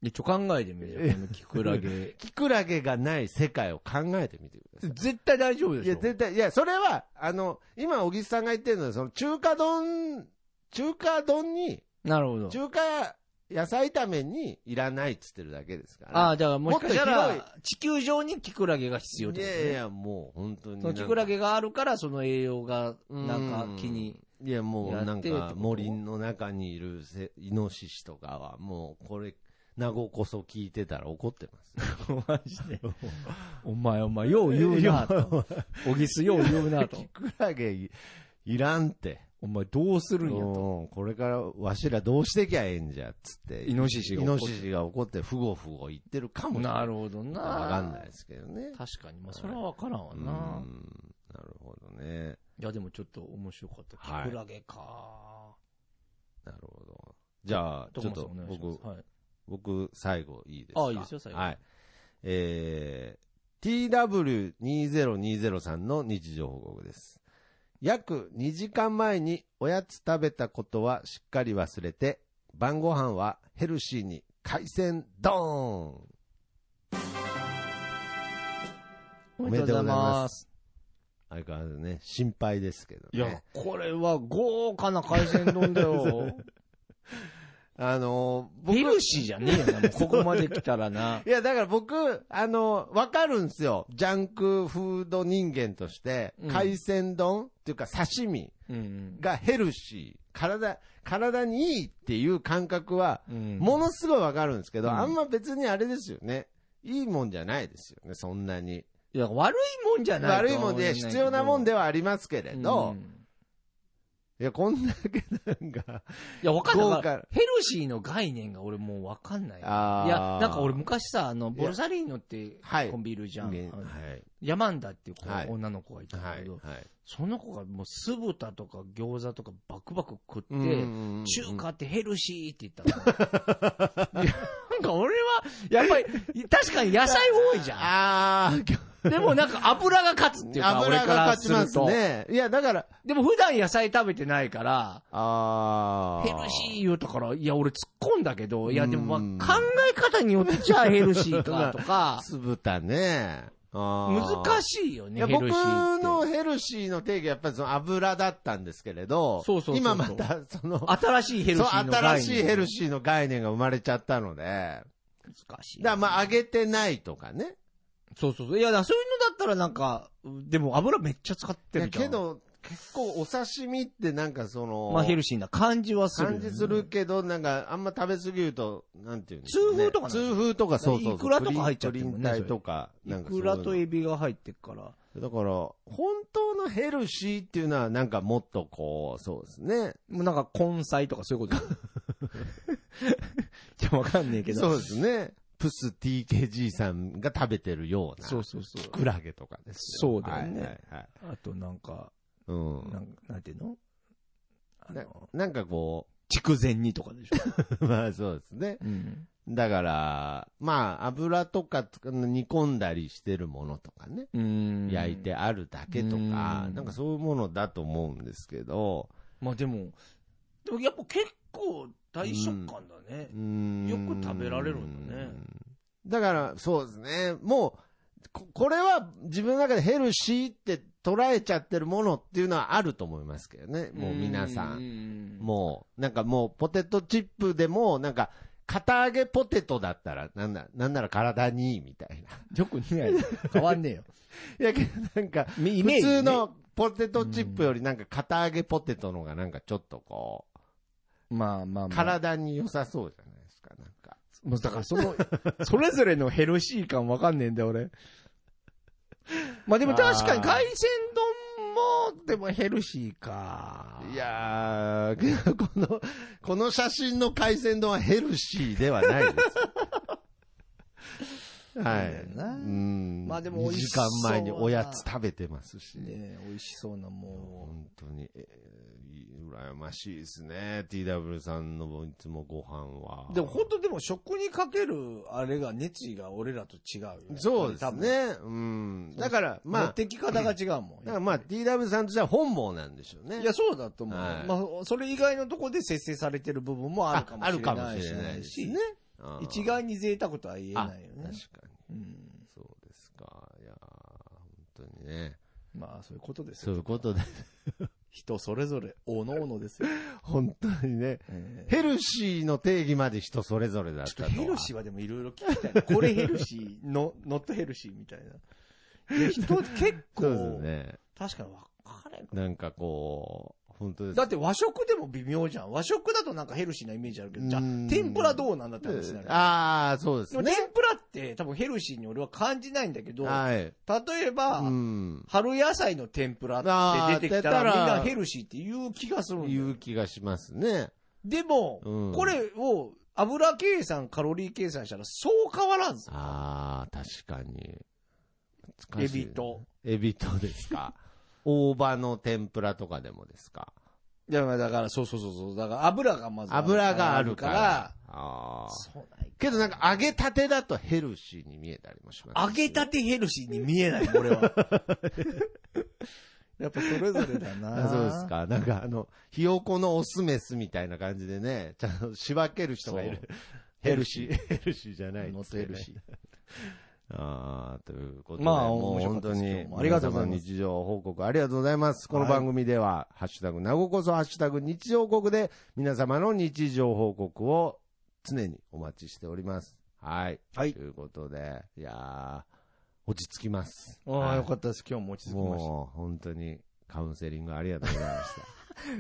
Speaker 1: で、ちょ、考えてみるよ、このキクラゲ。
Speaker 2: キクラゲがない世界を考えてみてください。
Speaker 1: 絶対大丈夫で
Speaker 2: い
Speaker 1: しょ。
Speaker 2: や、絶対、いや、それは、あの、今、小木さんが言ってるのは、その、中華丼、中華丼に、
Speaker 1: なるほど。
Speaker 2: 中華野菜炒めにいらないっつってるだけですから。
Speaker 1: ああ、だからもしかした
Speaker 2: もっと
Speaker 1: ら、地球上にキクラゲが必要って
Speaker 2: い
Speaker 1: こと
Speaker 2: やい
Speaker 1: ね。
Speaker 2: や、もう本当に
Speaker 1: そ
Speaker 2: な
Speaker 1: の
Speaker 2: んか。
Speaker 1: キクラゲがあるから、その栄養が、
Speaker 2: うん
Speaker 1: なんか、気 に。。
Speaker 2: いや、もうなん
Speaker 1: やってって
Speaker 2: か
Speaker 1: こと
Speaker 2: 森の中にいるせイノシシとかは、もうこれ、名護こそ聞いてたら怒ってます。
Speaker 1: マジで。お前、お前、よう 言うな と。おぎすよう言うなと
Speaker 2: キ。クラゲいいらんって。
Speaker 1: お前、どうするんやと。
Speaker 2: うんこれからわしらどうしてきゃええんじゃ、つって。
Speaker 1: イノシシが
Speaker 2: イ
Speaker 1: 怒っ
Speaker 2: ノ
Speaker 1: て
Speaker 2: シシが怒って、ふごふご言ってるかもしれない。
Speaker 1: なるほどな。
Speaker 2: わかんないですけどね。
Speaker 1: 確かに。まあ、それはわからんわ
Speaker 2: うん
Speaker 1: な。
Speaker 2: なるほどね。
Speaker 1: いや、でもちょっと面白かった。
Speaker 2: はい
Speaker 1: キクラゲか。
Speaker 2: なるほど。じゃあ、ちょっと僕、
Speaker 1: 僕、はい、
Speaker 2: 僕、最後いいですか
Speaker 1: あいいですよ最後
Speaker 2: はい。えー、TW2020 さんの日常報告です。約2時間前におやつ食べたことはしっかり忘れて、晩ご飯はヘルシーに海鮮ドーン
Speaker 1: お
Speaker 2: め
Speaker 1: めで
Speaker 2: で
Speaker 1: とう
Speaker 2: とう
Speaker 1: ご
Speaker 2: ご
Speaker 1: ざ
Speaker 2: ざ
Speaker 1: い
Speaker 2: い
Speaker 1: ま。
Speaker 2: ます相変わらずね、心配ですけどね。
Speaker 1: いや、これは豪華な海鮮丼だよ。
Speaker 2: あの、僕、
Speaker 1: ヘ
Speaker 2: い
Speaker 1: ルシーじゃねえよな、もうここまで来たらな。
Speaker 2: や、だから僕、あの、わかるんですよ。ジャンクフード人間として
Speaker 1: う、ん
Speaker 2: 海鮮丼っていうか刺身
Speaker 1: うん
Speaker 2: がヘルシー、体、体にいいっていう感覚は、
Speaker 1: うん。うん
Speaker 2: ものすごいわかるんですけど、
Speaker 1: うん
Speaker 2: あんま別にあれですよね。いいもんじゃないですよね、そんなに。
Speaker 1: いや、悪いもんじゃない
Speaker 2: 悪いもんで、必要なもんで
Speaker 1: は
Speaker 2: はありますけれ
Speaker 1: け
Speaker 2: ど、
Speaker 1: うん
Speaker 2: いや、こんだけなんか、
Speaker 1: いや、わかんない
Speaker 2: 豪華
Speaker 1: だから。ヘルシーの概念が俺もうわかんない。いや、
Speaker 2: あー
Speaker 1: なんか俺、昔さ、あの、ボルサリーノって
Speaker 2: はい
Speaker 1: コンビいるじゃん。
Speaker 2: ね
Speaker 1: あの
Speaker 2: はい。
Speaker 1: ヤマンダっていう子
Speaker 2: はい
Speaker 1: 女の子がいたんだ
Speaker 2: は
Speaker 1: け
Speaker 2: い。
Speaker 1: ど、
Speaker 2: はい。
Speaker 1: その子がもう酢豚とか餃子とかバクバク食って、
Speaker 2: うん
Speaker 1: 中華ってヘルシーって言ったの。 いやなんか俺は、やっぱり、確かに野菜多いじゃ
Speaker 2: あ
Speaker 1: ん。でもなんか油が勝つっていう
Speaker 2: あ、
Speaker 1: か、俺
Speaker 2: 油
Speaker 1: か
Speaker 2: が
Speaker 1: ら
Speaker 2: 勝
Speaker 1: す
Speaker 2: ちま
Speaker 1: る
Speaker 2: す
Speaker 1: と。
Speaker 2: ね。いや、だから、
Speaker 1: でも普段野菜食べてないから、
Speaker 2: あ
Speaker 1: ヘルシー言うたから、いや、俺突っ込んだけど、いや、でも
Speaker 2: うん、
Speaker 1: まあ、考え方によってじゃあヘルシーかとか
Speaker 2: 酢豚ね。
Speaker 1: 難
Speaker 2: し
Speaker 1: しいよ
Speaker 2: い
Speaker 1: ね、
Speaker 2: や
Speaker 1: ヘ
Speaker 2: 僕
Speaker 1: ルシーって。
Speaker 2: のヘルシーの定義はやっぱりその油だったんですけれど、
Speaker 1: そうそうそうそう
Speaker 2: 今またその、
Speaker 1: 新しいヘルシ
Speaker 2: そう
Speaker 1: ーの概
Speaker 2: 新しいヘル
Speaker 1: シ
Speaker 2: シーの概念が生まれちゃったので、
Speaker 1: ー。難しい。
Speaker 2: だからまあ揚げてないとかね。
Speaker 1: そうそうそう。いや、だからそういうのだったらなんか、でも油めっちゃ使っ
Speaker 2: い
Speaker 1: て
Speaker 2: や
Speaker 1: るじゃん。
Speaker 2: けど、結構お刺身ってなんかその、
Speaker 1: まあヘルシーな感じはするよね、
Speaker 2: 感じするけど、なんか、あんま食べ過ぎると、なんていうんです
Speaker 1: 痛風とかなんですよ
Speaker 2: 痛風とか、そうそうそう。
Speaker 1: いくらとか入っちゃってるもんね
Speaker 2: プリン体とか、なん
Speaker 1: い
Speaker 2: かそうい
Speaker 1: く
Speaker 2: うの
Speaker 1: らとエビが入ってるから。
Speaker 2: だから、本当のヘルシーっていうのは、なんかもっとこう、そうですね。
Speaker 1: もうなんか根菜とかそういうこと。 じゃわかんねえけど。
Speaker 2: そうですね。プス TKG さんが食べてるような、
Speaker 1: そうそうそう。
Speaker 2: クラゲとかですよ
Speaker 1: そうだよね
Speaker 2: はいはいはい
Speaker 1: あとなんか、
Speaker 2: うん。
Speaker 1: なんなんていうのあ
Speaker 2: な
Speaker 1: の、
Speaker 2: なんかこ
Speaker 1: 筑前煮とかでしょ。
Speaker 2: う、 まあそうですね。
Speaker 1: うん。
Speaker 2: だから、まあ油とかつ煮込んだりしてるものとかね。
Speaker 1: うん
Speaker 2: 焼いてあるだけとか
Speaker 1: う、ん
Speaker 2: なんかそういうものだと思うんですけど、
Speaker 1: まあでも、でもやっぱ結構大食感だね。
Speaker 2: うーん
Speaker 1: よく食べられるんだね。
Speaker 2: だから、そうですね。もう、ここれは自分の中でヘルシーって捉えちゃってるものっていうのはあると思いますけどね。もう皆さん。
Speaker 1: んも
Speaker 2: もう、なんかもうポテトチップでも、なんか、片揚げポテトだったら、なんだ、なんなら体にいいみたいな。
Speaker 1: う、よくね、変わんねえよ。
Speaker 2: いやけどなんか、
Speaker 1: イメージ
Speaker 2: 普
Speaker 1: ね
Speaker 2: 通のポテトチップよりなんか片揚げポテトの方がなんかちょっとこう、
Speaker 1: まあまあまあ。
Speaker 2: 体に良さそうじゃないですか、なんか。
Speaker 1: もうだからそ の、それぞれのヘルシー感わかんねえんだよ、俺。まあでも確かに海鮮丼も、でもヘルシーか。
Speaker 2: いやー、 この、この写真の海鮮丼はヘルシーではない です。はい。
Speaker 1: そうだよな
Speaker 2: うん。
Speaker 1: まあでも美味し
Speaker 2: 2時間前に
Speaker 1: そうだな
Speaker 2: おやつ食べてますし。
Speaker 1: ねえ美味しそうなもん。
Speaker 2: 本当に、えー、羨ましいですね。TW さんのいつもご飯は。
Speaker 1: でも本当でも食にかけるあれが熱意が俺らと違うよ。
Speaker 2: そうです
Speaker 1: やっぱり
Speaker 2: ね。うん。だから、
Speaker 1: 多分。持
Speaker 2: まあ、
Speaker 1: っ
Speaker 2: だ
Speaker 1: てき方が違うもん。
Speaker 2: からまあ、TW さんとしては本望なんでしょうね。
Speaker 1: いや、そうだと思う。
Speaker 2: はい
Speaker 1: まあ、それ以外のとこで節制されてる部分もあるかもしれないし、
Speaker 2: ああるかもしれないですねあー
Speaker 1: 一概に贅沢とは言えないよね。
Speaker 2: 確かに。
Speaker 1: うん
Speaker 2: そうですか。いやー本当にね。
Speaker 1: まあ、そういうことです
Speaker 2: そうい
Speaker 1: よ。
Speaker 2: うことで、
Speaker 1: 人それぞれ、おのおのですよ。
Speaker 2: 本当にね。
Speaker 1: え
Speaker 2: ヘルシーの定義まで人それぞれだっ
Speaker 1: ーち
Speaker 2: たと
Speaker 1: ょっ
Speaker 2: は。
Speaker 1: とヘルシーはでもいろいろ聞きたいな。これヘルシー、の、 ノットヘルシーみたいな。いや人結
Speaker 2: そうで
Speaker 1: 構、
Speaker 2: すね。
Speaker 1: 確かに分かれる。
Speaker 2: なんかこう、本当です。
Speaker 1: だって和食でも微妙じゃん。和食だとなんかヘルシーなイメージあるけど、じゃあ
Speaker 2: うーん
Speaker 1: 天ぷらどうなんだって話になる。
Speaker 2: ああ、そうで
Speaker 1: ですも
Speaker 2: ね。
Speaker 1: 天ぷらって多分ヘルシーに俺は感じないんだけど、
Speaker 2: はい。
Speaker 1: 例えば、
Speaker 2: うん。
Speaker 1: 春野菜の天ぷらっ
Speaker 2: あー
Speaker 1: て出てきたら、
Speaker 2: 出たら
Speaker 1: みんなヘルシーって言う気がするんだよ
Speaker 2: いう気がしますね。
Speaker 1: でも、
Speaker 2: うん
Speaker 1: これを油計算、カロリー計算したら、そう変わらんぞ。
Speaker 2: ああ、確かに。
Speaker 1: エ
Speaker 2: 難し
Speaker 1: ビ。
Speaker 2: い
Speaker 1: と。
Speaker 2: エビとです か。大葉の天ぷらとかでもですか。
Speaker 1: いや、まあだから、そうそうそうそう。だから、油がまず
Speaker 2: 油があるから。
Speaker 1: あ
Speaker 2: あ
Speaker 1: る
Speaker 2: ー
Speaker 1: そうない。
Speaker 2: けどなんか揚げたてだとヘルシーに見えたりもします、
Speaker 1: 揚げた
Speaker 2: て
Speaker 1: てヘルシーに見え ない、俺は。やっぱそれぞれだ な
Speaker 2: そうです。か。なんかあの、ひよこのオスメスみたいな感じでね、ちゃんと仕分ける人がいる
Speaker 1: そ。
Speaker 2: ヘルシー。ヘルシーじゃない
Speaker 1: ノットヘルシー。
Speaker 2: あーということで、
Speaker 1: まあ
Speaker 2: もう
Speaker 1: 面白か
Speaker 2: 本
Speaker 1: ったで
Speaker 2: 当
Speaker 1: す
Speaker 2: に
Speaker 1: けども
Speaker 2: 皆様
Speaker 1: ありがとうございます
Speaker 2: 日常報告ありがとうございます。この
Speaker 1: はい
Speaker 2: 番組では、ハッシュタグ、なごこそ、ハッシュタグ、日常報告で、皆様の日常報告を常にお待ちしております。はい。
Speaker 1: はい
Speaker 2: ということで、いやー、落ち着きます。
Speaker 1: ああ、よかったです。今日も落ち着きました。
Speaker 2: もう、本当に、カウンセリングありがとうございまし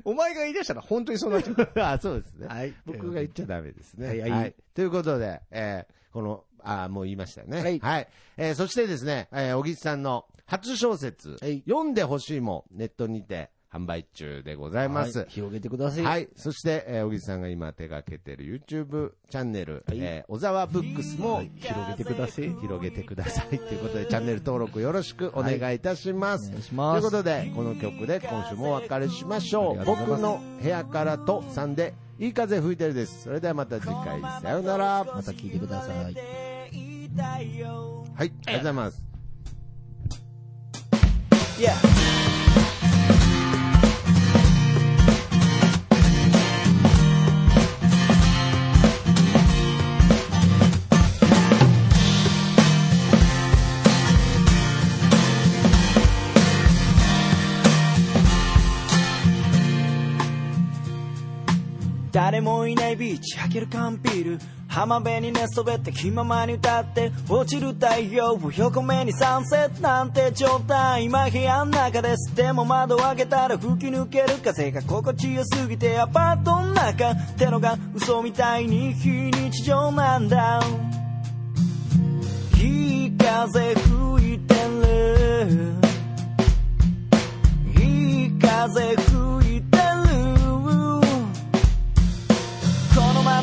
Speaker 1: お前が言い出したら本当にそうなっちゃう。
Speaker 2: た。 あ、そうですね。
Speaker 1: はい
Speaker 2: 僕が言っちゃダメですね。
Speaker 1: はいはい
Speaker 2: ということで、えーこの、あーもう言いましたよね。
Speaker 1: はい
Speaker 2: えーそしてですね、えー小木さんの初小説、
Speaker 1: はい
Speaker 2: 読んでほしいもネットにて販売中でございます。
Speaker 1: はい広げてください。
Speaker 2: はい。そして、えー、小木さんが今手がけてる YouTube チャンネル、えー小沢ブックスも
Speaker 1: 広げてください。
Speaker 2: 広げてください。ということで、チャンネル登録よろしくお願いいたします。
Speaker 1: お願いします
Speaker 2: ということで、この曲で今週もお別れしましょ
Speaker 1: あり
Speaker 2: う。
Speaker 1: がとうござい
Speaker 2: 僕
Speaker 1: ます
Speaker 2: の部屋からとさんで、いい風吹いてるです。それではまた次回、さようなら。
Speaker 1: また聞いてください。
Speaker 2: はい、ありがとうございます。
Speaker 3: 誰もいないビーチ開ける缶ビール浜辺に寝そべって気ままに歌って落ちる太陽を横目にサンセットなんて状態今部屋の中ですでも窓を開けたら吹き抜ける風が心地よすぎてアパートの中ってのが嘘みたいに非日常なんだいい風吹いてるいい風吹いてるこのま